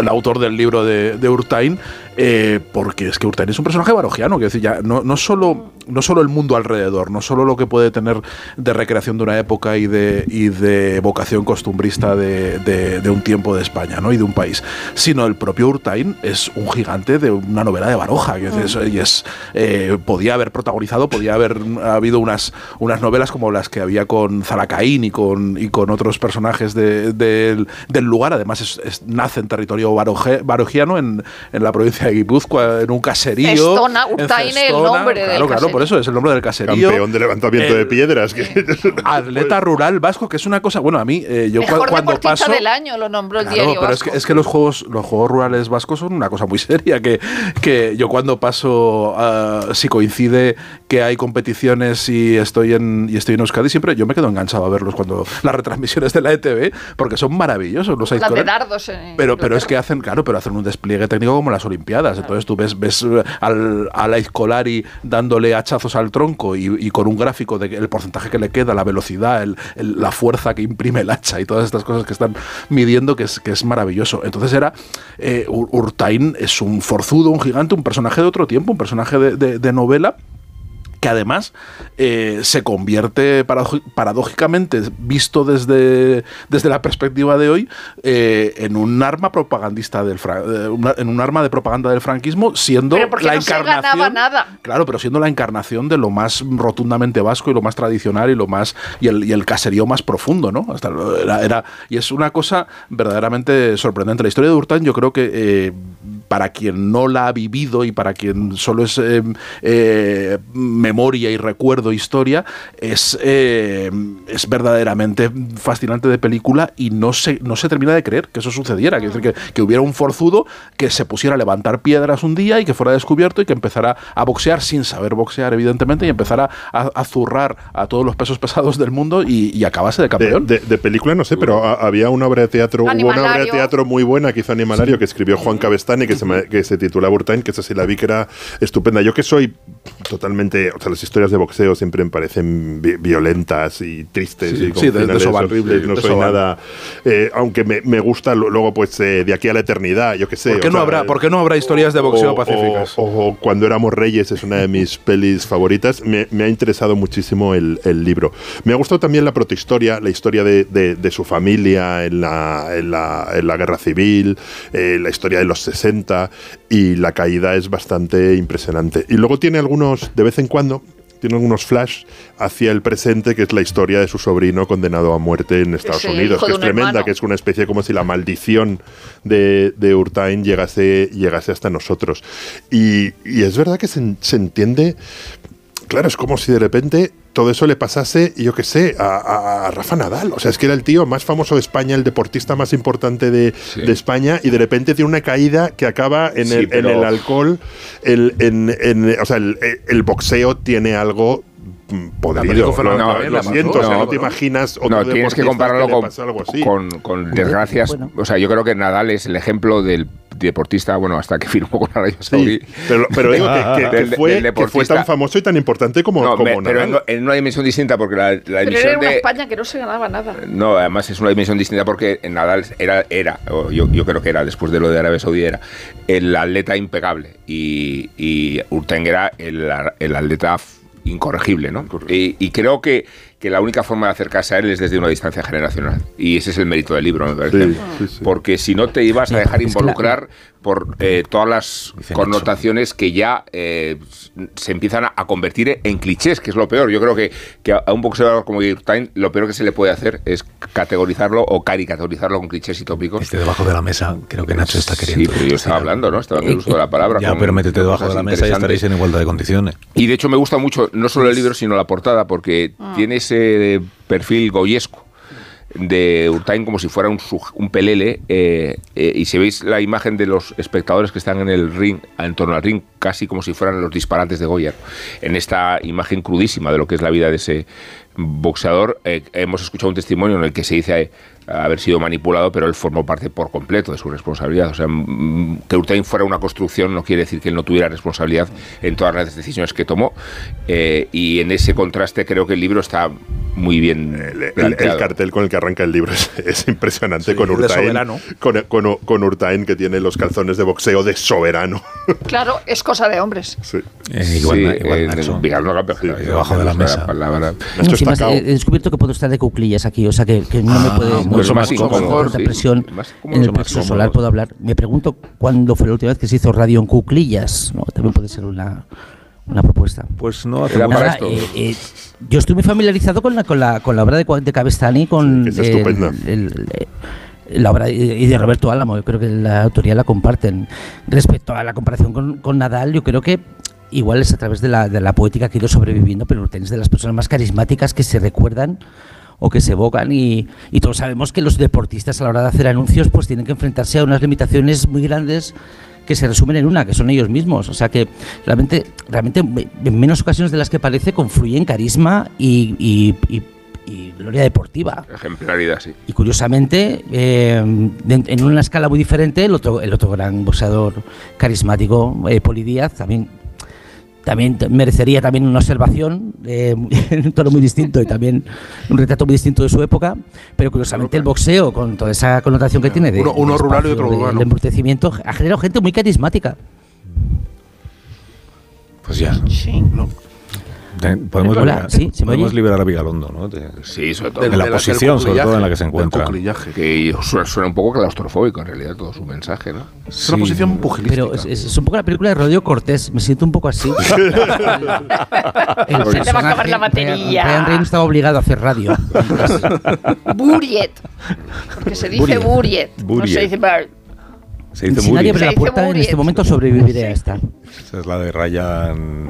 Speaker 2: el autor del libro de, de Urtain, eh, porque es que Urtain es un personaje barogiano, que decir, ya no, no, solo, no solo el mundo alrededor, no solo lo que puede tener de recreación de una época y de, y de vocación costumbrista de, de, de, un tiempo de España ¿no? y de un país, sino el propio Urtain es un gigante de una novela de Baroja,
Speaker 5: Mm.
Speaker 2: que es, y es, eh, podía haber protagonizado, podía haber ha habido unas, unas novelas como las que había con Zalacaín y con, y con otros personajes de, del, del, lugar, además es, es, nace en territorio baroje, barogiano, en, en la provincia de Guipúzcoa en un caserío.
Speaker 5: Cestona, Urtain en Cestona, el nombre
Speaker 2: claro,
Speaker 5: del
Speaker 2: Claro,
Speaker 5: caserío.
Speaker 2: por eso es el nombre del caserío.
Speaker 4: Campeón de
Speaker 5: Eh,
Speaker 4: levantamiento el, de piedras. Que
Speaker 2: atleta rural vasco, que es una cosa. Bueno, a mí, eh, yo
Speaker 5: Mejor
Speaker 2: cuando paso.
Speaker 5: del año lo nombró el
Speaker 2: claro,
Speaker 5: diario.
Speaker 2: Pero
Speaker 5: vasco.
Speaker 2: Es, que, es que los juegos los juegos rurales vascos son una cosa muy seria. Que, que yo cuando paso, uh, si coincide que hay competiciones y estoy, en, y estoy en Euskadi, siempre yo me quedo enganchado a verlos cuando las retransmisiones de la ETV, porque son maravillosos los hay
Speaker 5: Las de dardos. eh, En
Speaker 2: pero, pero es que hacen, claro, pero hacen un despliegue técnico como las Olimpiadas. Entonces tú ves, ves eh, al, al Aizcolari dándole hachazos al tronco y, y con un gráfico del de porcentaje que le queda, la velocidad, el, el, la fuerza que imprime el hacha y todas estas cosas que están midiendo, que es, que es maravilloso. Entonces era, eh, Urtain es un forzudo, un gigante, un personaje de otro tiempo, un personaje de, de, de novela que además eh, se convierte paradójicamente, visto desde, desde la perspectiva de hoy, eh, en un arma propagandista del eh, en un arma de propaganda del franquismo, siendo
Speaker 5: pero porque
Speaker 2: la
Speaker 5: no
Speaker 2: encarnación.
Speaker 5: Se ganaba nada.
Speaker 2: Claro, pero siendo la encarnación de lo más rotundamente vasco y lo más tradicional y lo más y el, y el caserío más profundo, ¿no? Hasta era, era, y es una cosa verdaderamente sorprendente. La historia de Urtán, yo creo que eh, para quien no la ha vivido y para quien solo es eh, eh, memoria y recuerdo, historia, es, eh, es verdaderamente fascinante de película y no se, no se termina de creer que eso sucediera. Quiero decir, que, que, hubiera un forzudo que se pusiera a levantar piedras un día y que fuera descubierto y que empezara a boxear sin saber boxear, evidentemente, y empezara a, a zurrar a todos los pesos pesados del mundo y, y acabase de campeón.
Speaker 4: De, de, de, película no sé, pero a, había una obra de teatro, hubo una obra de teatro muy buena que hizo Animalario, que escribió Juan Cabestani, que que se titula Burtain, que esa sí la vi que era estupenda. Yo que soy totalmente. O sea, las historias de boxeo siempre me parecen vi violentas y tristes.
Speaker 2: Sí,
Speaker 4: y
Speaker 2: sí, de, de eso van,
Speaker 4: horribles. no
Speaker 2: de
Speaker 4: soy
Speaker 2: eso van.
Speaker 4: nada. Eh, aunque me, me, gusta luego, pues eh, de aquí a la eternidad, yo que sé.
Speaker 2: ¿Por qué,
Speaker 4: o
Speaker 2: no,
Speaker 4: sea,
Speaker 2: habrá, ¿por qué no habrá historias de boxeo
Speaker 4: o-
Speaker 2: pacíficas?
Speaker 4: O, o Cuando éramos reyes es una de mis pelis favoritas. Me, me ha interesado muchísimo el, el libro. Me ha gustado también la protohistoria, la historia de, de- de su familia en la, en la, en la guerra civil, eh, la historia de los 60 y la caída es bastante impresionante. Y luego tiene algunos, de vez en cuando, tiene algunos flash hacia el presente, que es la historia de su sobrino condenado a muerte en Estados
Speaker 5: Sí,
Speaker 4: Unidos,
Speaker 5: hijo
Speaker 4: que
Speaker 5: de
Speaker 4: es
Speaker 5: un
Speaker 4: tremenda,
Speaker 5: hermano.
Speaker 4: que es una especie como si la maldición de, de Urtain llegase, llegase hasta nosotros. Y, y es verdad que se, en- se entiende, claro, es como si de repente todo eso le pasase, yo qué sé, a, a- a Rafa Nadal. O sea, es que era el tío más famoso de España, el deportista más importante de, de España, y de repente tiene una caída que acaba en,
Speaker 6: Sí,
Speaker 4: el, en
Speaker 6: pero-
Speaker 4: el alcohol. El, en- en- o sea, el, el boxeo tiene algo mm, podrido.
Speaker 6: Fernando
Speaker 4: Lo-
Speaker 6: Gabriel,
Speaker 4: lo
Speaker 6: la mató.
Speaker 4: siento, o sea,
Speaker 6: No,
Speaker 4: no te imaginas otro
Speaker 6: No, tienes que
Speaker 4: deportista
Speaker 6: compararlo
Speaker 4: le
Speaker 6: con,
Speaker 4: pasa algo así.
Speaker 6: con, con desgracias. O sea, yo creo que Nadal es el ejemplo del deportista, bueno, hasta que firmó con Arabia Saudí.
Speaker 4: Pero, pero digo que, que- que
Speaker 6: Del- del
Speaker 4: fue, que fue
Speaker 6: deportista.
Speaker 4: tan famoso y tan importante como,
Speaker 6: No,
Speaker 4: como
Speaker 6: me- pero eh,
Speaker 4: Nadal.
Speaker 6: en, en una dimensión distinta, porque la, la
Speaker 5: Pero
Speaker 6: dimensión
Speaker 5: era una
Speaker 6: de.
Speaker 5: España que no se ganaba nada.
Speaker 2: Eh,
Speaker 6: Eh, No, además es una dimensión distinta porque en Nadal era, era o yo, yo creo que era, después de lo de Arabia Saudí, era el atleta impecable y, y Urteng era el, ar- el atleta f- incorregible, ¿no? Y, y creo que, que la única forma de acercarse a él es desde una distancia generacional. Y ese es el mérito del libro, me parece.
Speaker 4: Sí, sí, sí.
Speaker 6: Porque si no te ibas a dejar
Speaker 4: es que la-
Speaker 6: involucrar por eh, todas las connotaciones que ya eh, se empiezan a, a convertir en clichés, que es lo peor. Yo creo que, que a a un boxeador como Time lo peor que se le puede hacer es categorizarlo o caricaturizarlo con clichés y tópicos.
Speaker 1: Este debajo de la mesa, creo que Nacho está
Speaker 6: Sí,
Speaker 1: queriendo. Eh,
Speaker 6: pero yo estaba hablando, ¿no? Estaba haciendo uso de la palabra.
Speaker 1: Ya,
Speaker 6: con
Speaker 1: pero métete debajo
Speaker 6: cosas
Speaker 1: de la mesa y
Speaker 6: interesantes.
Speaker 1: estaréis en Pues igualdad de condiciones.
Speaker 6: Y de hecho me gusta mucho no solo el libro, sino la portada, porque tiene ese perfil goyesco de Urtain como si fuera un, suj- un pelele. eh, eh, y si veis la imagen de los espectadores que están en el ring, en torno al ring, casi como si fueran los disparates de Goyer, en esta imagen crudísima de lo que es la vida de ese boxeador, eh, hemos escuchado un testimonio en el que se dice eh, haber sido manipulado, pero él formó parte por completo de su responsabilidad. O sea, mm, que Urtain fuera una construcción no quiere decir que él no tuviera responsabilidad en todas las decisiones que tomó. eh, y en ese contraste creo que el libro está muy bien.
Speaker 4: Eh, El,
Speaker 6: planteado.
Speaker 4: el cartel con el que arranca el libro es, es impresionante con
Speaker 6: de
Speaker 4: Urtain.
Speaker 6: soberano.
Speaker 4: Con, con- con Urtain que tiene los calzones de boxeo de soberano.
Speaker 5: Claro, es cosa de hombres.
Speaker 4: Sí.
Speaker 1: igual na- igual
Speaker 4: eh,
Speaker 1: Nacho.
Speaker 6: Miguel no campeó.
Speaker 1: debajo de la mesa.
Speaker 7: No, si más, eh, he he descubierto que puedo estar de cuclillas aquí, o sea que, que no me
Speaker 1: Ah,
Speaker 7: puede.
Speaker 1: mucho
Speaker 7: no
Speaker 1: más
Speaker 7: me puede
Speaker 1: cómodo,
Speaker 7: hacer tanta
Speaker 1: sí,
Speaker 7: presión
Speaker 1: más cómodo,
Speaker 7: en el
Speaker 1: mucho más
Speaker 7: plexo
Speaker 1: cómodo.
Speaker 7: solar puedo hablar. Me pregunto cuándo fue la última vez que se hizo radio en cuclillas. ¿no? También puede ser una, una propuesta.
Speaker 1: Pues no,
Speaker 7: Era para esto. Eh, Yo estoy muy familiarizado con la, con la, con la obra de, Cua- de Cabestani, con
Speaker 4: es estupenda.
Speaker 7: el- el- la obra y y de Roberto Álamo. Yo creo que la autoría la comparten. Respecto a la comparación con, con Nadal, yo creo que igual es a través de la, de la poética que he ido sobreviviendo, pero Urtén es de las personas más carismáticas que se recuerdan o que se evocan y, y todos sabemos que los deportistas a la hora de hacer anuncios pues tienen que enfrentarse a unas limitaciones muy grandes que se resumen en una, que son ellos mismos. O sea que realmente, realmente en menos ocasiones de las que parece confluyen carisma y, y- y- y gloria deportiva.
Speaker 6: Ejemplaridad, sí.
Speaker 7: Y curiosamente, eh, en en una escala muy diferente, el otro, el otro gran boxeador carismático, eh, Poli Díaz, también, también t- merecería también una observación eh, en un tono muy distinto y también un retrato muy distinto de su época. Pero curiosamente el boxeo, con toda esa connotación que tiene de,
Speaker 2: Uno- uno
Speaker 7: de
Speaker 2: rural y otro
Speaker 7: de-
Speaker 2: urbano.
Speaker 7: del embrutecimiento, ha generado gente muy carismática.
Speaker 1: Pues ya.
Speaker 5: Sí.
Speaker 1: Te- Podemos,
Speaker 7: Hola,
Speaker 1: liberar,
Speaker 7: sí, ¿se me
Speaker 1: podemos
Speaker 7: oye?
Speaker 1: liberar a Vigalondo, ¿no? De-
Speaker 6: Sí, sobre todo.
Speaker 1: De la posición, sobre todo en la que se encuentra.
Speaker 6: Que suena, suena un poco claustrofóbico en realidad todo su mensaje, ¿no?
Speaker 7: Es una Sí. posición Pero es, es- es un poco la película de Rodrigo Cortés, me siento un poco así.
Speaker 5: Se te va a
Speaker 7: personaje,
Speaker 5: acabar la batería.
Speaker 7: Ryan Reynolds estaba obligado a hacer radio.
Speaker 5: Buriet. Porque se dice
Speaker 7: Buriet.
Speaker 5: Buriet. No
Speaker 7: Buriet.
Speaker 5: se dice Bird.
Speaker 1: Se dice
Speaker 7: si
Speaker 1: muy
Speaker 7: nadie
Speaker 1: bien.
Speaker 7: abre la puerta, en este momento sobreviviré a esta.
Speaker 1: Esa es la de Ryan.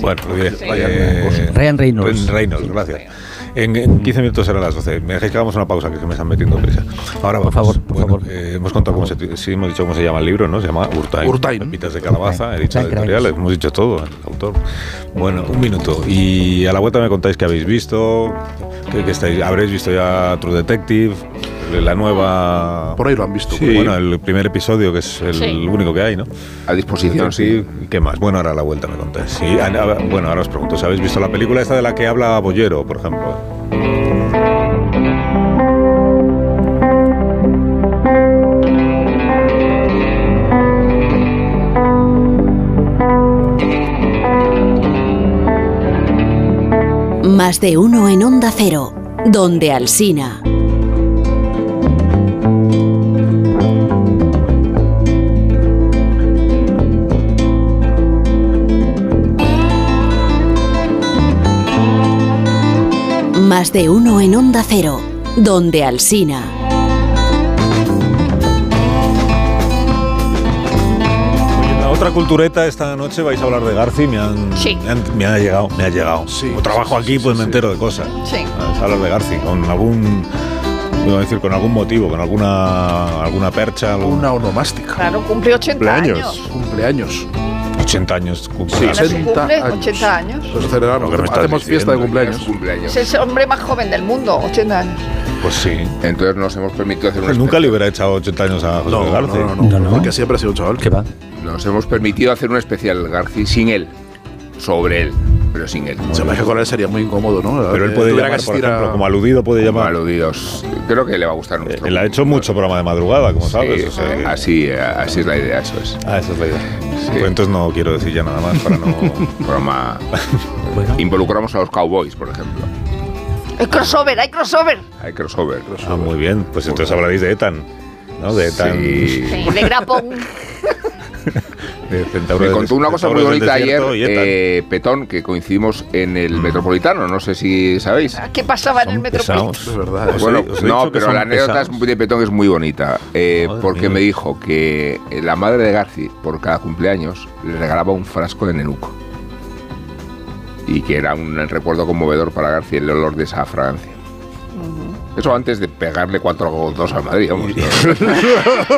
Speaker 1: Bueno, lo diré.
Speaker 7: Sí. Ryan Reynolds.
Speaker 1: Ryan Reynolds, gracias. En, en 15 minutos serán las 12. Me dejéis que hagamos una pausa, que, es que me están metiendo prisa. Ahora vamos. Por favor, por favor. hemos contado cómo se, sí, hemos dicho cómo se llama el libro, ¿no? Se llama Urtain.
Speaker 2: Urtain.
Speaker 1: Pepitas de calabaza,
Speaker 2: Urtain.
Speaker 1: editorial,
Speaker 2: Urtain
Speaker 1: editorial,
Speaker 2: Cranes.
Speaker 1: hemos dicho todo, el autor. Bueno, un minuto. Y a la vuelta me contáis qué habéis visto, que, que estáis, habréis visto ya True Detective, la nueva... Por ahí lo han visto.
Speaker 2: por ahí.
Speaker 1: bueno, el primer episodio, que es el
Speaker 2: Sí.
Speaker 1: único que hay, ¿no?
Speaker 6: A disposición,
Speaker 1: sí. ¿Qué más? Bueno, ahora a la vuelta me contáis. Sí, a- a- bueno, ahora os pregunto, ¿habéis visto la película esta de la que habla Bollero, por ejemplo?
Speaker 8: Más de uno en Onda Cero, donde Alsina. Más de uno en Onda Cero, donde Alsina.
Speaker 1: En la otra cultureta esta noche vais a hablar de Garci, me han, me han- me ha llegado, me ha llegado. Como trabajo aquí, pues me entero de cosas.
Speaker 5: Sí.
Speaker 1: Vais a hablar de Garci con algún, iba a decir, con algún motivo, con alguna, alguna percha, alguna
Speaker 2: onomástica.
Speaker 5: Claro, cumple 80 años.
Speaker 2: Cumpleaños.
Speaker 1: 80 años cumple.
Speaker 5: Apenas cumple 80 años.
Speaker 2: Pues celebramos,
Speaker 1: Lo que me estás
Speaker 2: hacemos fiesta de cumpleaños.
Speaker 5: Es el hombre más joven del mundo, 80 años.
Speaker 1: Pues sí.
Speaker 6: Entonces nos hemos permitido hacer una
Speaker 1: Nunca le hubiera echado 80 años a José
Speaker 6: No,
Speaker 1: Luis García.
Speaker 6: no, no, no, No, no. porque
Speaker 2: siempre ha sido un chaval.
Speaker 7: ¿Qué va?
Speaker 6: Nos hemos permitido hacer un especial Garci sin él, sobre él, pero sin él.
Speaker 2: Se me que con él sería muy incómodo, ¿no? Eh,
Speaker 1: Pero él puede
Speaker 2: Tuviera
Speaker 1: llamar,
Speaker 2: que
Speaker 1: por
Speaker 2: asistir a-
Speaker 1: ejemplo, como aludido puede llamar.
Speaker 6: aludidos. Creo que le va a gustar nuestro.
Speaker 1: Él ha hecho mucho programa de madrugada, como sabes.
Speaker 6: Sí,
Speaker 1: o sea que-
Speaker 6: así, así es la idea, eso es.
Speaker 1: Ah, esa es la idea. Pues entonces no quiero decir ya nada más para no.
Speaker 6: Broma. Involucramos a los cowboys, por ejemplo.
Speaker 5: Hay crossover, hay crossover.
Speaker 6: Hay crossover.
Speaker 1: Ah, muy bien. Pues entonces hablaréis de Etan. ¿No? De Etan.
Speaker 5: Sí, de grapón.
Speaker 1: de Centauro
Speaker 6: Me
Speaker 1: del-
Speaker 6: contó una cosa muy
Speaker 1: Centauros del
Speaker 6: bonita ayer,
Speaker 1: Desierto Mm. y Etan.
Speaker 6: eh, Petón, que coincidimos en el Metropolitano, no sé si sabéis.
Speaker 5: ¿Qué pasaba en el metropolitano?
Speaker 1: Es verdad. Os he-
Speaker 6: Bueno,
Speaker 1: os he dicho
Speaker 6: no,
Speaker 1: que
Speaker 6: pero
Speaker 1: son
Speaker 6: la anécdota
Speaker 1: pesados.
Speaker 6: es- de Petón es muy bonita, eh,
Speaker 1: Madre
Speaker 6: porque
Speaker 1: mía.
Speaker 6: me dijo que eh, la madre de Garci, por cada cumpleaños, le regalaba un frasco de Nenuco. Y que era un recuerdo conmovedor para Garci el olor de esa fragancia. Eso antes de pegarle cuatro dos a Madrid, vamos.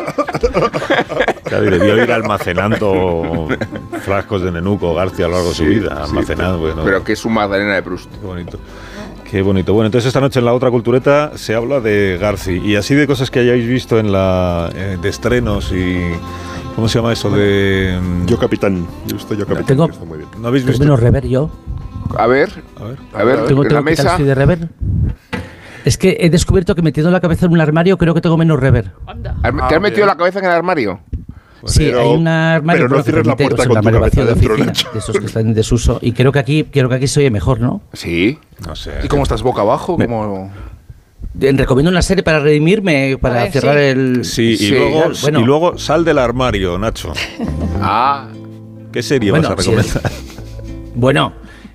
Speaker 1: Claro, y debió ir almacenando frascos de Nenuco García a lo largo de su
Speaker 6: Sí,
Speaker 1: vida. Almacenado, bueno.
Speaker 6: Pero que es su Magdalena de Proust.
Speaker 1: Qué bonito. Qué bonito. Bueno, entonces esta noche en la otra cultureta se habla de Garci y así de cosas que hayáis visto en la eh, de estrenos y ¿cómo se llama eso de mm,
Speaker 4: Yo capitán, yo estoy yo capitán.
Speaker 7: Tengo-
Speaker 4: que está muy bien.
Speaker 1: ¿No habéis
Speaker 7: Tengo
Speaker 1: visto?
Speaker 7: Pues menos rever yo.
Speaker 6: A ver,
Speaker 1: a ver,
Speaker 6: a ver,
Speaker 7: Tengo,
Speaker 6: en la
Speaker 7: tengo que quitar
Speaker 6: mesa.
Speaker 7: así de rever. Es que he descubierto que metiendo la cabeza en un armario creo que tengo menos rever.
Speaker 6: ¿Te
Speaker 2: Ah,
Speaker 6: has metido la cabeza en el armario?
Speaker 7: Sí, hay un armario
Speaker 6: pero no
Speaker 7: bueno, que
Speaker 6: cierres la
Speaker 7: permite, pues,
Speaker 6: puerta
Speaker 7: o sea,
Speaker 6: con
Speaker 7: un
Speaker 6: tu
Speaker 7: armario
Speaker 6: cabeza
Speaker 7: vacío de
Speaker 6: dentro,
Speaker 7: oficina,
Speaker 6: Nacho.
Speaker 7: de esos que están en desuso. Y creo que aquí, creo que aquí se oye mejor, ¿no?
Speaker 6: Sí.
Speaker 1: No sé.
Speaker 2: ¿Y cómo estás? ¿Boca abajo?
Speaker 7: Me-
Speaker 2: ¿Cómo?
Speaker 7: Eh, Recomiendo una serie para redimirme, para
Speaker 2: ver,
Speaker 7: cerrar
Speaker 2: sí.
Speaker 7: el.
Speaker 1: Sí, y, luego,
Speaker 7: Claro, bueno,
Speaker 1: y luego sal del armario, Nacho.
Speaker 6: Ah,
Speaker 1: ¿Qué serie
Speaker 7: Bueno,
Speaker 1: vas a
Speaker 7: sí,
Speaker 1: recomendar?
Speaker 7: bueno,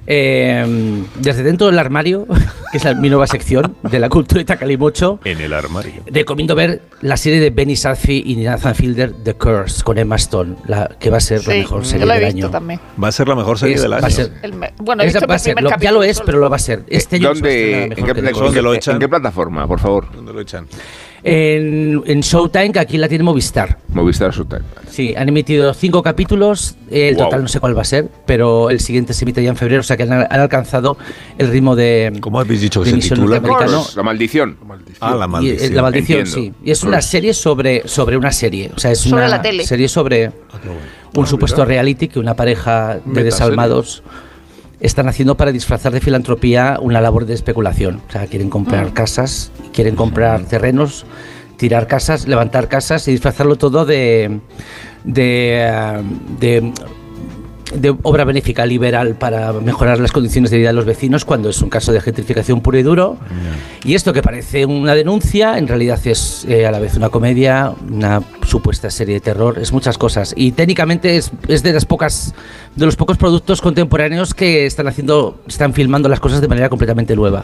Speaker 7: eh, desde dentro del armario, que es la- mi nueva sección de la cultureta Calimocho,
Speaker 1: En el armario.
Speaker 7: recomiendo ver la serie de Benny Safi y Nathan Fielder, The Curse, con Emma Stone, la que va a ser la
Speaker 5: Sí,
Speaker 7: mejor
Speaker 5: yo
Speaker 7: serie
Speaker 5: lo he
Speaker 7: del
Speaker 5: visto
Speaker 7: año.
Speaker 5: también.
Speaker 1: Va a ser la mejor serie
Speaker 7: Es-
Speaker 1: del
Speaker 7: va a
Speaker 1: año.
Speaker 7: ser-
Speaker 5: El me- bueno, he
Speaker 7: Es-
Speaker 5: visto
Speaker 7: va a
Speaker 5: el
Speaker 7: ser,
Speaker 5: primer
Speaker 7: lo- ya
Speaker 5: capítulo.
Speaker 7: lo es, pero lo va a ser. Este año se va a
Speaker 6: Eh, ¿Dónde,
Speaker 7: estrenar
Speaker 6: en,
Speaker 7: mejor
Speaker 6: qué,
Speaker 7: que The
Speaker 6: en
Speaker 7: Curse.
Speaker 6: qué- en qué plataforma, por favor?
Speaker 1: ¿Dónde lo echan?
Speaker 7: En, en Showtime, que aquí la tiene Movistar.
Speaker 6: Movistar Showtime.
Speaker 7: Sí, han emitido cinco capítulos, eh, el
Speaker 6: Wow.
Speaker 7: total no sé cuál va a ser, pero el siguiente se emite ya en febrero, o sea que han, han alcanzado el ritmo de...
Speaker 1: ¿Cómo habéis dicho que
Speaker 7: de
Speaker 1: se
Speaker 7: emisión
Speaker 1: titula?
Speaker 7: norteamericano.
Speaker 6: La maldición.
Speaker 1: Ah, la
Speaker 7: Y, eh,
Speaker 1: maldición.
Speaker 7: la maldición,
Speaker 6: Entiendo.
Speaker 7: sí. Y es una serie sobre, sobre una serie, o sea, es
Speaker 5: Sobre
Speaker 7: una
Speaker 5: la tele.
Speaker 7: serie
Speaker 1: Ah,
Speaker 7: sobre un supuesto reality que una pareja de
Speaker 2: Metaserie.
Speaker 7: desalmados están haciendo para disfrazar de filantropía una labor de especulación. O sea, quieren comprar
Speaker 5: Ah.
Speaker 7: casas, quieren comprar terrenos, tirar casas, levantar casas y disfrazarlo todo de de, eh, de de obra benéfica liberal para mejorar las condiciones de vida de los vecinos cuando es un caso de gentrificación puro y duro. Y esto que parece una denuncia, en realidad es eh, a la vez una comedia, una supuesta serie de terror, es muchas cosas. Y técnicamente es, es de las pocas, de los pocos productos contemporáneos que están haciendo, están filmando las cosas de manera completamente nueva.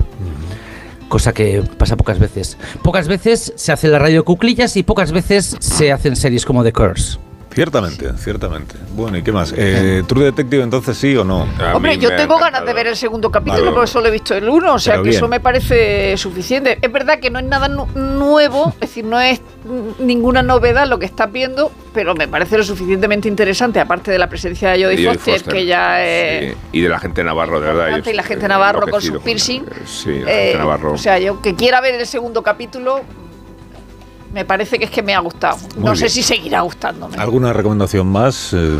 Speaker 7: Cosa que pasa pocas veces. Pocas veces se hace la radio cuclillas y pocas veces se hacen series como The Curse.
Speaker 1: Ciertamente, ciertamente. Bueno, ¿y qué más? Eh, ¿True Detective entonces sí o no?
Speaker 6: A
Speaker 5: Hombre,
Speaker 6: mí
Speaker 5: yo
Speaker 6: me ha
Speaker 5: tengo ganas
Speaker 6: encantado.
Speaker 5: de ver el segundo capítulo
Speaker 1: Vale.
Speaker 5: porque solo he visto el uno, o sea
Speaker 1: Pero
Speaker 5: que
Speaker 1: bien.
Speaker 5: eso me parece suficiente. Es verdad que no es nada nu- nuevo, es decir, no es mm, ninguna novedad lo que estás viendo, pero me parece lo suficientemente interesante, aparte de la presencia de Jodie
Speaker 6: Jodie
Speaker 5: Foster,
Speaker 6: Foster.
Speaker 5: que ya es...
Speaker 6: Y de la gente de Navarro, de verdad. yo
Speaker 5: Y la
Speaker 6: estoy
Speaker 5: gente Navarro con
Speaker 6: enloquecido
Speaker 5: su piercing.
Speaker 6: Sí, la gente
Speaker 5: eh,
Speaker 6: Navarro.
Speaker 5: O sea, yo que quiera ver el segundo capítulo, me parece que es que me ha gustado.
Speaker 1: Muy
Speaker 5: no sé
Speaker 1: bien.
Speaker 5: si seguirá gustándome.
Speaker 1: ¿Alguna recomendación más? Eh,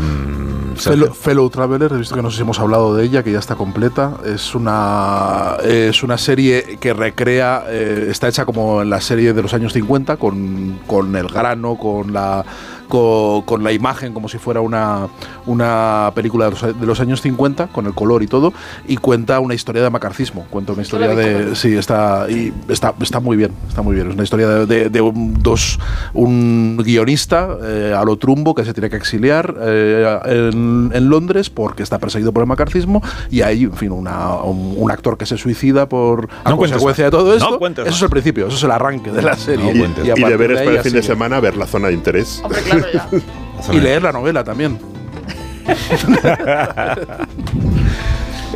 Speaker 2: Fellow, Fellow Traveler, he visto que no sé si hemos hablado de ella, que ya está completa. Es una, es una serie que recrea, eh, está hecha como en la serie de los años 50, con, con el grano, con la, con, con la imagen, como si fuera una, una película de los, de los años 50, con el color y todo, y cuenta una historia de macarcismo. Cuenta una historia
Speaker 5: la he visto,
Speaker 2: de. Sí, está, y está, está muy bien, está muy bien. Es una historia de, de- de un, dos, un guionista eh, a lo trumbo que se tiene que exiliar eh, en, en Londres porque está perseguido por el macarcismo y hay, en fin, una- un, un actor que se suicida por a
Speaker 1: No cuentes
Speaker 2: consecuencia de
Speaker 1: más.
Speaker 2: todo
Speaker 1: No
Speaker 2: esto.
Speaker 1: cuentes
Speaker 2: eso
Speaker 1: más.
Speaker 2: es el principio, eso es el arranque de la serie.
Speaker 1: No
Speaker 4: Y,
Speaker 1: cuentes.
Speaker 4: y
Speaker 2: a partir
Speaker 4: de ver es
Speaker 2: ahí
Speaker 4: para el
Speaker 2: ya
Speaker 4: fin de
Speaker 2: sigue.
Speaker 4: semana, ver la zona de interés.
Speaker 5: Hombre, claro, ya.
Speaker 2: Y leer la novela también.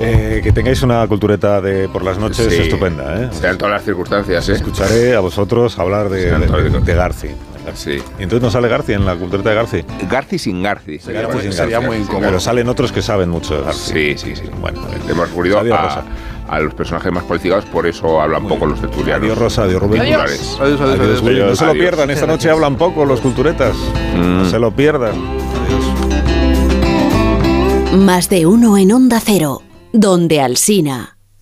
Speaker 1: Eh, que tengáis una cultureta de por las noches
Speaker 6: Sí.
Speaker 1: estupenda, ¿eh?
Speaker 6: Sean todas las circunstancias, ¿eh?
Speaker 1: Escucharé a vosotros hablar de,
Speaker 6: Sí,
Speaker 1: de,
Speaker 6: Antonio.
Speaker 1: de Garci.
Speaker 6: Sí.
Speaker 1: Y entonces no sale Garci en la cultureta de Garci.
Speaker 6: Garci sin Garci.
Speaker 1: Sería, muy, sería muy incómodo. Pero salen otros que saben mucho de Garci.
Speaker 6: Sí, sí, sí. Bueno, hemos recurrido
Speaker 1: Adiós,
Speaker 6: a,
Speaker 1: Rosa.
Speaker 6: a los personajes más cualificados, por eso hablan poco los tertulianos.
Speaker 1: Adiós, Rosa, adiós, Rubén.
Speaker 6: Adiós.
Speaker 1: Adiós, adiós, adiós,
Speaker 6: Adiós,
Speaker 1: Willy. No se lo
Speaker 6: adiós.
Speaker 1: pierdan, esta noche hablan poco los culturetas.
Speaker 6: Mm.
Speaker 1: No se lo pierdan.
Speaker 8: Más de uno en Onda Cero, donde Alsina.